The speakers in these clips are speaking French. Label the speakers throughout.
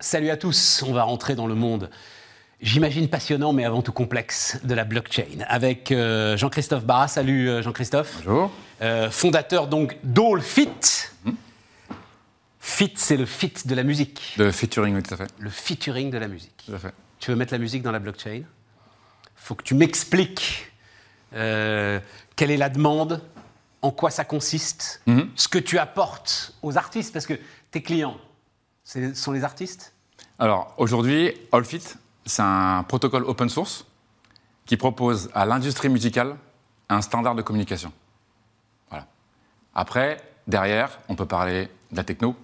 Speaker 1: Salut à tous, on va rentrer dans le monde. J'imagine passionnant, mais avant tout complexe, de la blockchain. Avec euh, Jean-Christophe Barra. Salut euh, Jean-Christophe.
Speaker 2: Bonjour.
Speaker 1: Euh, fondateur donc d'AllFit. Fit, c'est le fit de la musique.
Speaker 2: De featuring, oui, tout à fait.
Speaker 1: Le featuring de la musique.
Speaker 2: Tout à fait.
Speaker 1: Tu veux mettre la musique dans la blockchain Faut que tu m'expliques euh, quelle est la demande, en quoi ça consiste,
Speaker 2: Mhm.
Speaker 1: ce que tu apportes aux artistes, parce que tes clients, ce sont les artistes
Speaker 2: Alors, aujourd'hui, AllFit, c'est un protocole open source qui propose à l'industrie musicale un standard de communication. Voilà. Après, derrière, on peut parler de la techno,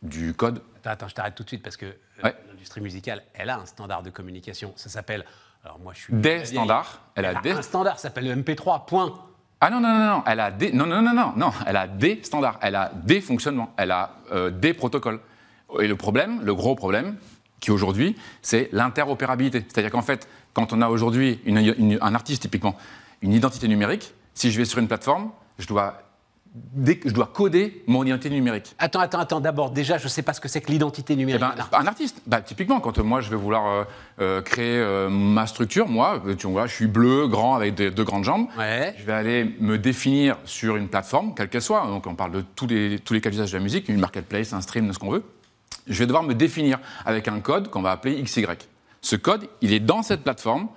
Speaker 2: du code.
Speaker 1: Attends, attends, je t'arrête tout de suite parce que euh,
Speaker 2: Ouais.
Speaker 1: l'industrie musicale, elle a un standard de communication. Ça s'appelle. Alors moi, je suis.
Speaker 2: Des
Speaker 1: vieille.
Speaker 2: standards. Elle a
Speaker 1: Elle a
Speaker 2: des-
Speaker 1: un standard, ça s'appelle le MP3. Point.
Speaker 2: Ah non, non, non, non, elle a des... Non, non, non, non, non, elle a des standards, elle a des fonctionnements, elle a euh, des protocoles. Et le problème, le gros problème, qui aujourd'hui, c'est l'interopérabilité. C'est-à-dire qu'en fait, quand on a aujourd'hui une- une- un artiste, typiquement, une identité numérique, si je vais sur une plateforme, je dois, dé- je dois coder mon identité numérique.
Speaker 1: Attends, attends, attends. D'abord, déjà, je sais pas ce que c'est que l'identité
Speaker 2: Eh
Speaker 1: numérique.
Speaker 2: ben, un artiste, Bah, typiquement, quand euh, moi je vais vouloir euh, euh, créer euh, ma structure, moi, euh, tu vois, je suis bleu, grand, avec des- deux grandes jambes,
Speaker 1: Ouais.
Speaker 2: je vais aller me définir sur une plateforme, quelle qu'elle soit, donc on parle de tous les, tous les cas d'usage de la musique, une marketplace, un stream, ce qu'on veut, je vais devoir me définir avec un code qu'on va appeler XY. Ce code, il est dans cette plateforme,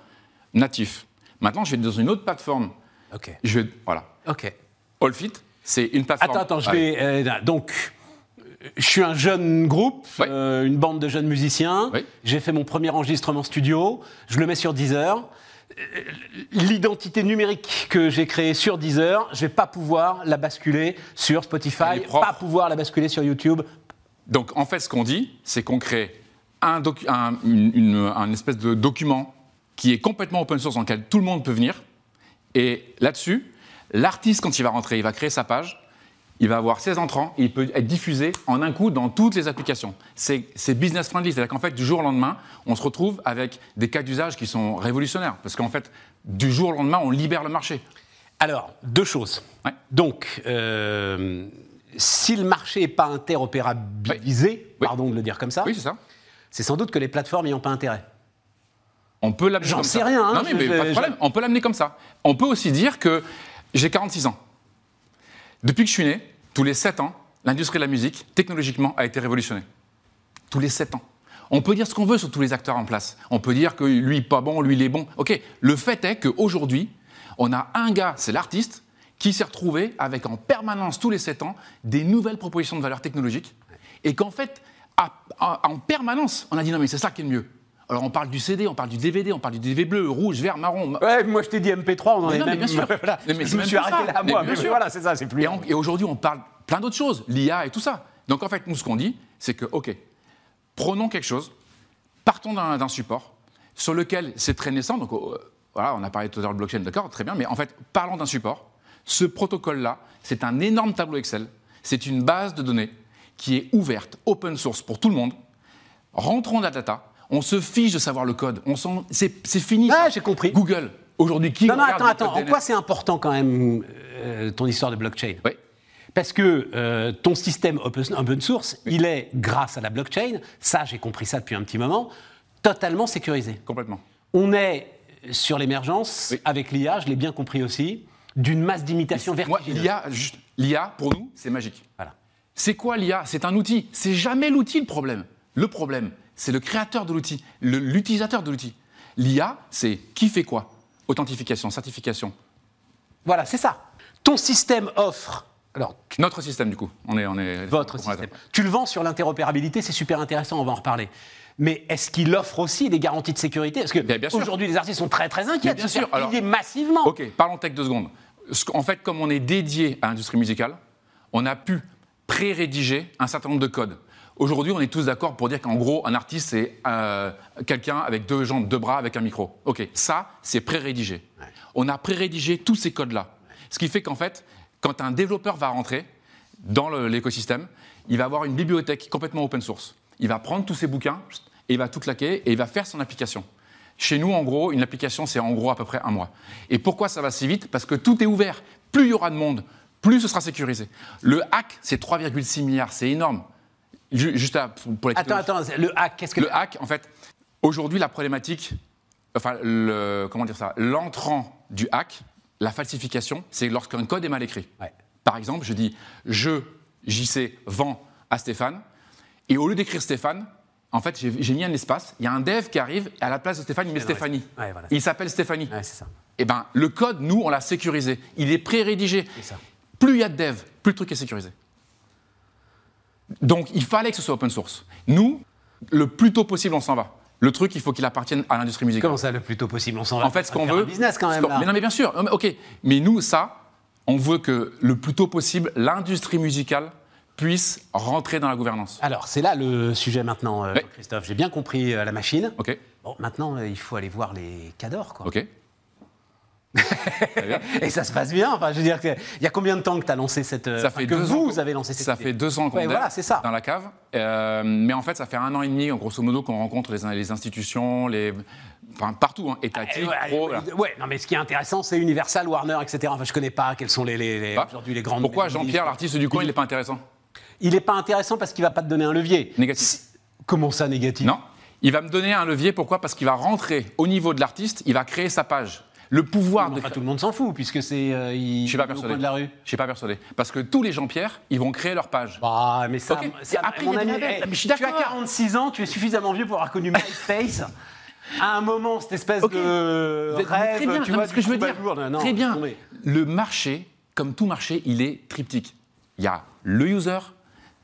Speaker 2: natif. Maintenant, je vais dans une autre plateforme,
Speaker 1: Ok.
Speaker 2: je vais, voilà,
Speaker 1: Ok.
Speaker 2: AllFit, c'est une plateforme...
Speaker 1: Attends, attends, je
Speaker 2: Ouais.
Speaker 1: vais. euh, donc, euh, je suis un jeune groupe,
Speaker 2: Oui.
Speaker 1: euh, une bande de jeunes musiciens.
Speaker 2: Oui.
Speaker 1: J'ai fait mon premier enregistrement studio. Je le mets sur Deezer. Euh, L'identité numérique que j'ai créée sur Deezer, je vais pas pouvoir la basculer sur
Speaker 2: Elle
Speaker 1: Spotify,
Speaker 2: est propre.
Speaker 1: pas pouvoir la basculer sur YouTube.
Speaker 2: Donc en fait, ce qu'on dit, c'est qu'on crée un, docu- un- une, une- un espèce de document qui est complètement open source, dans lequel tout le monde peut venir. Et là-dessus, l'artiste, quand il va rentrer, il va créer sa page, il va avoir 16 entrants, et il peut être diffusé en un coup dans toutes les applications. C'est c'est business friendly, c'est-à-dire qu'en fait, du jour au lendemain, on se retrouve avec des cas d'usage qui sont révolutionnaires, parce qu'en fait, du jour au lendemain, on libère le marché.
Speaker 1: Alors, deux choses.
Speaker 2: Ouais.
Speaker 1: Donc, euh, si le marché n'est pas interopérabilisé,
Speaker 2: Oui.
Speaker 1: pardon de le dire comme ça,
Speaker 2: Oui, c'est ça.
Speaker 1: c'est sans doute que les plateformes n'y ont pas intérêt.
Speaker 2: On peut l'amener
Speaker 1: J'en
Speaker 2: comme
Speaker 1: sais
Speaker 2: ça.
Speaker 1: rien, hein,
Speaker 2: non, mais,
Speaker 1: je-
Speaker 2: mais
Speaker 1: je-
Speaker 2: pas de
Speaker 1: je-
Speaker 2: problème. On peut l'amener comme ça. On peut aussi dire que j'ai 46 ans. Depuis que je suis né, tous les 7 ans, l'industrie de la musique, technologiquement, a été révolutionnée. Tous les 7 ans. On peut dire ce qu'on veut sur tous les acteurs en place. On peut dire que lui, pas bon, lui, il est bon. OK. Le fait est qu'aujourd'hui, on a un gars, c'est l'artiste, qui s'est retrouvé avec en permanence, tous les 7 ans, des nouvelles propositions de valeur technologique. Et qu'en fait, à- à- en permanence, on a dit non, mais c'est ça qui est le mieux. Alors on parle du CD, on parle du DVD, on parle du DVD bleu, rouge, vert, marron. ma-
Speaker 1: Ouais, moi je t'ai dit MP3, on en
Speaker 2: Mais
Speaker 1: est
Speaker 2: non, mais
Speaker 1: même.
Speaker 2: bien sûr.
Speaker 1: voilà.
Speaker 2: Mais- mais
Speaker 1: je
Speaker 2: c'est
Speaker 1: me
Speaker 2: même
Speaker 1: suis
Speaker 2: pas
Speaker 1: arrêté
Speaker 2: ça.
Speaker 1: là,
Speaker 2: Mais
Speaker 1: moi.
Speaker 2: bien
Speaker 1: Mais
Speaker 2: sûr.
Speaker 1: voilà, c'est ça, c'est plus.
Speaker 2: Et, en- et aujourd'hui, on parle plein d'autres choses, l'IA et tout ça. Donc en fait, nous, ce qu'on dit, c'est que, OK, prenons quelque chose, partons d'un d'un support sur lequel c'est très naissant. Donc euh, voilà, on a parlé tout à l'heure de blockchain, d'accord, très bien, mais en fait, parlons d'un support. Ce protocole-là, c'est un énorme tableau Excel, c'est une base de données qui est ouverte, open source pour tout le monde. Rentrons de la data, on se fiche de savoir le code, on s'en- c'est c'est fini.
Speaker 1: Ah,
Speaker 2: ça.
Speaker 1: j'ai compris.
Speaker 2: Google, aujourd'hui, qui
Speaker 1: Non, non,
Speaker 2: regarde
Speaker 1: attends,
Speaker 2: le code
Speaker 1: attends. En
Speaker 2: DNS?
Speaker 1: quoi c'est important quand même euh, ton histoire de blockchain
Speaker 2: Oui.
Speaker 1: Parce que euh, ton système open, open source, il est, grâce à la blockchain, ça j'ai compris ça depuis un petit moment, totalement sécurisé.
Speaker 2: Complètement.
Speaker 1: On est sur l'émergence,
Speaker 2: Oui.
Speaker 1: avec l'IA, je l'ai bien compris aussi, d'une masse d'imitation
Speaker 2: Moi,
Speaker 1: vertigineuse.
Speaker 2: l'IA, juste, l'IA, pour nous, c'est magique.
Speaker 1: Voilà.
Speaker 2: C'est quoi l'IA C'est un outil. C'est jamais l'outil le problème. Le problème, c'est le créateur de l'outil, le- l'utilisateur de l'outil. L'IA, c'est qui fait quoi Authentification, certification.
Speaker 1: Voilà, c'est ça. Ton système offre. Alors,
Speaker 2: Notre système, du coup. On est, on est,
Speaker 1: votre
Speaker 2: on est-
Speaker 1: système. Tu le vends sur l'interopérabilité, c'est super intéressant, on va en reparler. Mais est-ce qu'il offre aussi des garanties de sécurité Parce que
Speaker 2: Bien, bien sûr.
Speaker 1: aujourd'hui, les artistes sont très très inquiets
Speaker 2: Mais bien
Speaker 1: de se faire
Speaker 2: sûr, alors-
Speaker 1: piller massivement.
Speaker 2: Ok, parlons tech deux secondes. Ce qu- En fait, comme on est dédié à l'industrie musicale, on a pu pré-rédiger un certain nombre de codes. Aujourd'hui, on est tous d'accord pour dire qu'en gros, un artiste, c'est euh, quelqu'un avec deux jambes, deux bras, avec un micro. Ok, ça, c'est pré-rédigé. On a pré-rédigé tous ces codes-là. Ce qui fait qu'en fait, quand un développeur va rentrer dans le- l'écosystème, il va avoir une bibliothèque complètement open source. Il va prendre tous ses bouquins, et il va tout claquer, et il va faire son application. Chez nous, en gros, une application, c'est en gros à peu près un mois. Et pourquoi ça va si vite Parce que tout est ouvert. Plus il y aura de monde, plus ce sera sécurisé. Le hack, c'est 3,6 milliards, c'est énorme. ju- juste à- pour les
Speaker 1: Attends, attends, le hack, qu'est-ce que
Speaker 2: Le hack, en fait, aujourd'hui, la problématique, enfin, le, comment dire ça, l'entrant du hack, la falsification, c'est lorsqu'un code est mal écrit.
Speaker 1: Ouais.
Speaker 2: Par exemple, je dis je, JC, vends à Stéphane, et au lieu d'écrire Stéphane, en fait, j'ai j'ai mis un espace, il y a un dev qui arrive, et à la place de Stéphane, il met
Speaker 1: dans le
Speaker 2: Stéphanie.
Speaker 1: reste. Ouais, voilà.
Speaker 2: Il s'appelle Stéphanie.
Speaker 1: Ouais, c'est ça.
Speaker 2: Eh ben, le code, nous, on l'a sécurisé. Il est pré-rédigé.
Speaker 1: ça.
Speaker 2: Plus il y a de dev, plus le truc est sécurisé. Donc, il fallait que ce soit open source. Nous, le plus tôt possible, on s'en va. Le truc, il faut qu'il appartienne à l'industrie musicale.
Speaker 1: Comment ça, le plus tôt possible On s'en va.
Speaker 2: En fait, ce
Speaker 1: On va
Speaker 2: qu'on
Speaker 1: faire
Speaker 2: veut.
Speaker 1: un business quand
Speaker 2: ce
Speaker 1: même.
Speaker 2: qu'on-
Speaker 1: là.
Speaker 2: Mais non, mais bien sûr. Non, mais ok. Mais nous, ça, on veut que le plus tôt possible, l'industrie musicale puisse rentrer dans la gouvernance.
Speaker 1: Alors, c'est là le sujet maintenant, euh,
Speaker 2: Ouais.
Speaker 1: Christophe. J'ai bien compris euh, la machine.
Speaker 2: Ok.
Speaker 1: Bon, maintenant, euh, il faut aller voir les cadors, quoi.
Speaker 2: Ok.
Speaker 1: Et ça se passe bien. Enfin, je veux dire, que- il y a combien de temps que tu as lancé cette. euh,
Speaker 2: Ça
Speaker 1: enfin,
Speaker 2: fait
Speaker 1: que
Speaker 2: deux
Speaker 1: vous,
Speaker 2: ans
Speaker 1: vous avez lancé cette.
Speaker 2: Ça
Speaker 1: idée.
Speaker 2: fait deux ans qu'on
Speaker 1: Ouais,
Speaker 2: est
Speaker 1: voilà, c'est ça.
Speaker 2: dans la cave. Euh, mais en fait, ça fait un an et demi, en grosso modo, qu'on rencontre les, les institutions, les, enfin, partout, hein,
Speaker 1: Eh,
Speaker 2: étatiques,
Speaker 1: ouais,
Speaker 2: pro, voilà.
Speaker 1: ouais, ouais, non, mais ce qui est intéressant, c'est Universal, Warner, etc. Enfin, je connais pas quels sont les, les- les-
Speaker 2: Pas.
Speaker 1: aujourd'hui les grandes.
Speaker 2: Bah, Pourquoi
Speaker 1: maisons
Speaker 2: Jean-Pierre,
Speaker 1: de
Speaker 2: l'artiste du coin, il n'est pas intéressant
Speaker 1: disques. Il n'est pas intéressant parce qu'il va pas te donner un levier.
Speaker 2: Négatif.
Speaker 1: Si- Comment ça, négatif
Speaker 2: Non. Il va me donner un levier, pourquoi Parce qu'il va rentrer au niveau de l'artiste, il va créer sa page. Le pouvoir
Speaker 1: Enfin,
Speaker 2: de...
Speaker 1: tout le monde s'en fout puisque c'est. euh, il...
Speaker 2: Je suis pas
Speaker 1: il est au
Speaker 2: persuadé.
Speaker 1: coin de la rue.
Speaker 2: Je suis pas persuadé. Parce que tous les Jean-Pierre, ils vont créer leur page.
Speaker 1: Bah, mais ça,
Speaker 2: Ok. Ah,
Speaker 1: ça-
Speaker 2: Après,
Speaker 1: mon
Speaker 2: il y a des
Speaker 1: ami,
Speaker 2: labels.
Speaker 1: eh,
Speaker 2: Mais je suis
Speaker 1: tu as
Speaker 2: d'accord.
Speaker 1: 46 ans, tu es suffisamment vieux pour avoir connu MySpace. À un moment, cette espèce
Speaker 2: Ok.
Speaker 1: de
Speaker 2: Vous êtes- mais
Speaker 1: rêve,
Speaker 2: très bien,
Speaker 1: tu
Speaker 2: non,
Speaker 1: vois,
Speaker 2: mais ce
Speaker 1: du
Speaker 2: que je veux dire.
Speaker 1: troubadour, là, non,
Speaker 2: très bien.
Speaker 1: laisse tomber.
Speaker 2: Le marché, comme tout marché, il est triptyque. Il y a le user,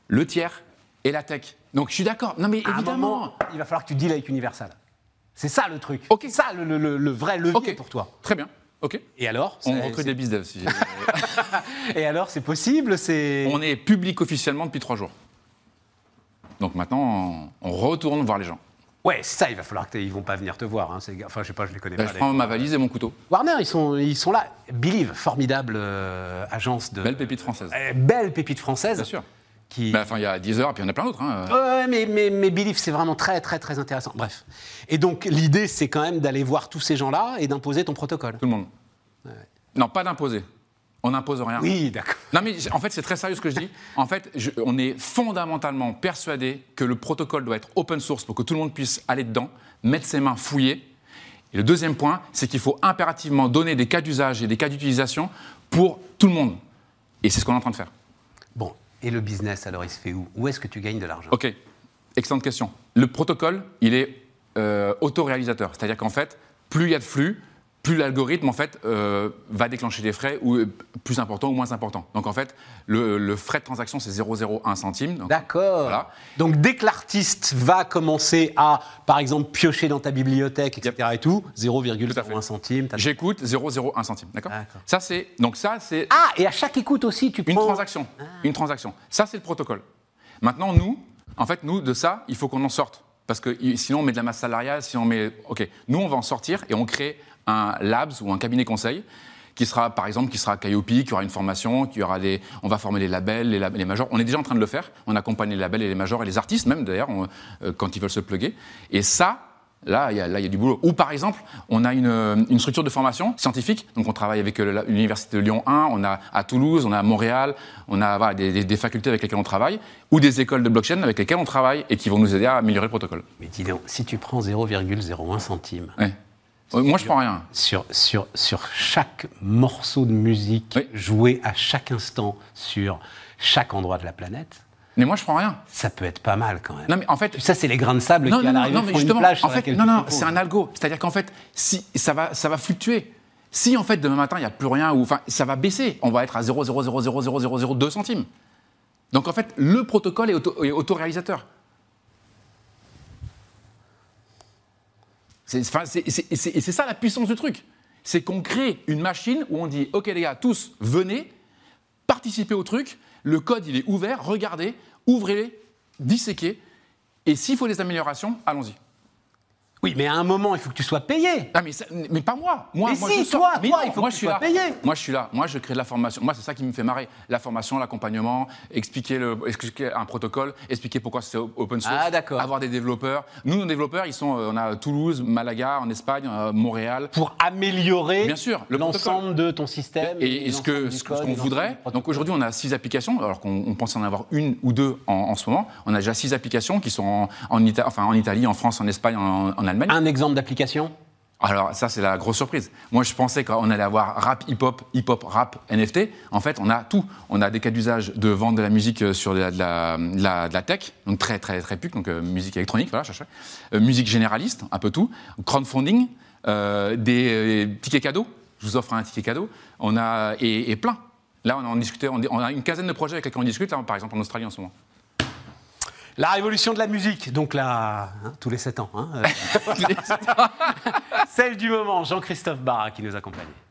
Speaker 2: le tiers et la tech. Donc je suis d'accord. Non mais
Speaker 1: À un
Speaker 2: évidemment.
Speaker 1: moment, il va falloir que tu deals avec Universal. C'est ça le truc.
Speaker 2: Ok.
Speaker 1: C'est ça le, le- le- le vrai levier
Speaker 2: Ok.
Speaker 1: pour toi.
Speaker 2: Très bien. Ok.
Speaker 1: Et alors
Speaker 2: On
Speaker 1: c'est-
Speaker 2: recrute des bizdev. Si j'ai-
Speaker 1: c'est- Et alors, c'est possible C'est.
Speaker 2: on est public officiellement depuis trois jours. Donc maintenant, on on retourne voir les gens.
Speaker 1: Ouais, c'est ça. Il va falloir que t'aies- ils vont pas venir te voir. hein, ces gars. Enfin, je sais pas, je les connais
Speaker 2: Là,
Speaker 1: pas.
Speaker 2: Ben, je
Speaker 1: les-
Speaker 2: prends ma valise et mon couteau.
Speaker 1: Warner, ils sont, ils sont là. Believe, formidable euh, agence de.
Speaker 2: Belle pépite française.
Speaker 1: Euh, belle pépite française.
Speaker 2: Bien sûr. Bah-
Speaker 1: Qui.
Speaker 2: Mais enfin, il y a 10 heures, puis il y en a plein d'autres. hein.
Speaker 1: Ouais, ouais, mais, mais, mais Believe, c'est vraiment très, très, très intéressant. Bref. Et donc, l'idée, c'est quand même d'aller voir tous ces gens-là et d'imposer ton protocole.
Speaker 2: Tout le monde. Non, pas d'imposer. On n'impose rien.
Speaker 1: Oui, d'accord.
Speaker 2: Non, mais j- en fait, c'est très sérieux ce que je dis. En fait, je- on est fondamentalement persuadé que le protocole doit être open source pour que tout le monde puisse aller dedans, mettre ses mains fouillées. Et le deuxième point, c'est qu'il faut impérativement donner des cas d'usage et des cas d'utilisation pour tout le monde. Et c'est ce qu'on est en train de faire.
Speaker 1: Bon. Et le business, alors, il se fait où Où est-ce que tu gagnes de l'argent
Speaker 2: Ok, excellente question. Le protocole, il est euh, autoréalisateur. C'est-à-dire qu'en fait, plus il y a de flux, plus l'algorithme en fait, euh, va déclencher des frais ou, euh, plus importants ou moins importants. Donc en fait, le, le frais de transaction, c'est 0,01 centime. Donc,
Speaker 1: D'accord.
Speaker 2: Voilà.
Speaker 1: Donc dès que l'artiste va commencer à, par exemple, piocher dans ta bibliothèque, etc. et tout, 0,01
Speaker 2: fait.
Speaker 1: centime. t'as-
Speaker 2: J'écoute 0,01 centime. D'accord
Speaker 1: D'accord.
Speaker 2: Ça, c'est. Donc ça, c'est
Speaker 1: Ah, et à chaque écoute aussi, tu
Speaker 2: Une
Speaker 1: prends.
Speaker 2: transaction. Une transaction. Ça, c'est le protocole. Maintenant, nous, en fait, nous, de ça, il faut qu'on en sorte. Parce que i- sinon, on met de la masse salariale, si on met. OK. Nous, on va en sortir et on crée un labs ou un cabinet conseil qui sera, par exemple, qui sera Calliope, qui aura une formation, qui aura des. On va former les labels, les, lab- les majors. On est déjà en train de le faire. On accompagne les labels et les majors et les artistes, même d'ailleurs, on- euh, quand ils veulent se plugger. Et ça, Là, il y, a- là, il y a du boulot. Ou par exemple, on a une, euh, une structure de formation scientifique. Donc, on travaille avec euh, la- l'Université de Lyon 1, on a à Toulouse, on a à Montréal, on a voilà, des, des- des facultés avec lesquelles on travaille, ou des écoles de blockchain avec lesquelles on travaille et qui vont nous aider à améliorer le protocole.
Speaker 1: Mais dis donc, si tu prends 0,01 centime
Speaker 2: Ouais. Euh, Moi, je prends rien.
Speaker 1: sur, sur, sur chaque morceau de musique
Speaker 2: Oui.
Speaker 1: joué à chaque instant sur chaque endroit de la planète,
Speaker 2: Mais moi, je prends rien.
Speaker 1: ça peut être pas mal quand même.
Speaker 2: Non, mais en fait,
Speaker 1: Ça, c'est les grains de sable
Speaker 2: non,
Speaker 1: qui,
Speaker 2: non,
Speaker 1: à
Speaker 2: non,
Speaker 1: l'arrivée,
Speaker 2: non, mais
Speaker 1: font une
Speaker 2: justement,
Speaker 1: plage sur
Speaker 2: en fait,
Speaker 1: laquelle
Speaker 2: non,
Speaker 1: tu
Speaker 2: non,
Speaker 1: te poses.
Speaker 2: c'est un algo. C'est-à-dire qu'en fait, si ça va, ça va fluctuer. Si en fait demain matin il n'y a plus rien, ou enfin ça va baisser, on va être à 0,0000002 centimes. Donc en fait, le protocole est, auto, est autoréalisateur. C'est, enfin, c'est- c'est- c'est- et c'est ça la puissance du truc. C'est qu'on crée une machine où on dit Ok, les gars, tous, venez, participez au truc. Le code, il est ouvert, regardez, ouvrez-les, disséquez. Et s'il faut des améliorations, allons-y.
Speaker 1: Oui, mais à un moment, il faut que tu sois payé.
Speaker 2: Ah, mais, ça- mais pas moi. moi
Speaker 1: Mais
Speaker 2: moi,
Speaker 1: si,
Speaker 2: je sors.
Speaker 1: toi,
Speaker 2: Mais
Speaker 1: toi,
Speaker 2: non,
Speaker 1: il faut
Speaker 2: moi,
Speaker 1: que
Speaker 2: je
Speaker 1: tu sois
Speaker 2: suis là.
Speaker 1: payé.
Speaker 2: Moi, je suis là. Moi, je crée de la formation. Moi, c'est ça qui me fait marrer. La formation, l'accompagnement, expliquer, le, expliquer un protocole, expliquer pourquoi c'est open source.
Speaker 1: Ah, d'accord.
Speaker 2: Avoir des développeurs. Nous, nos développeurs, ils sont. euh, On a Toulouse, Malaga, en Espagne, euh, Montréal.
Speaker 1: Pour améliorer
Speaker 2: Bien sûr, le
Speaker 1: l'ensemble de ton système.
Speaker 2: Et, et ce que-
Speaker 1: l'ensemble du
Speaker 2: ce que- ce
Speaker 1: code,
Speaker 2: qu'on
Speaker 1: l'ensemble du
Speaker 2: voudrait,
Speaker 1: protocole.
Speaker 2: donc aujourd'hui on a six applications, alors qu'on on pense en avoir une ou deux en, en ce moment, on a déjà six applications qui sont en, en Ita- enfin, en Italie, en France, en Espagne, en, en Allemagne.
Speaker 1: Un exemple d'application
Speaker 2: Alors ça c'est la grosse surprise. Moi je pensais qu'on allait avoir rap, hip-hop, hip-hop, rap, NFT. En fait on a tout. On a des cas d'usage de vendre de la musique euh, sur de la, de la- de la- de la tech, donc très très très puc, donc euh, musique électronique, voilà, cherchais. Euh, musique généraliste, un peu tout. Crowdfunding, euh, des euh, tickets cadeaux. Je vous offre un ticket cadeau. On a et, et plein. Là on a en discuté, on, on a une quinzaine de projets avec lesquels on discute. Là, par exemple en Australie en ce moment.
Speaker 1: La révolution de la musique, donc là, hein, tous les 7 ans. hein, euh, Celle du moment, Jean-Christophe Barra qui nous accompagne.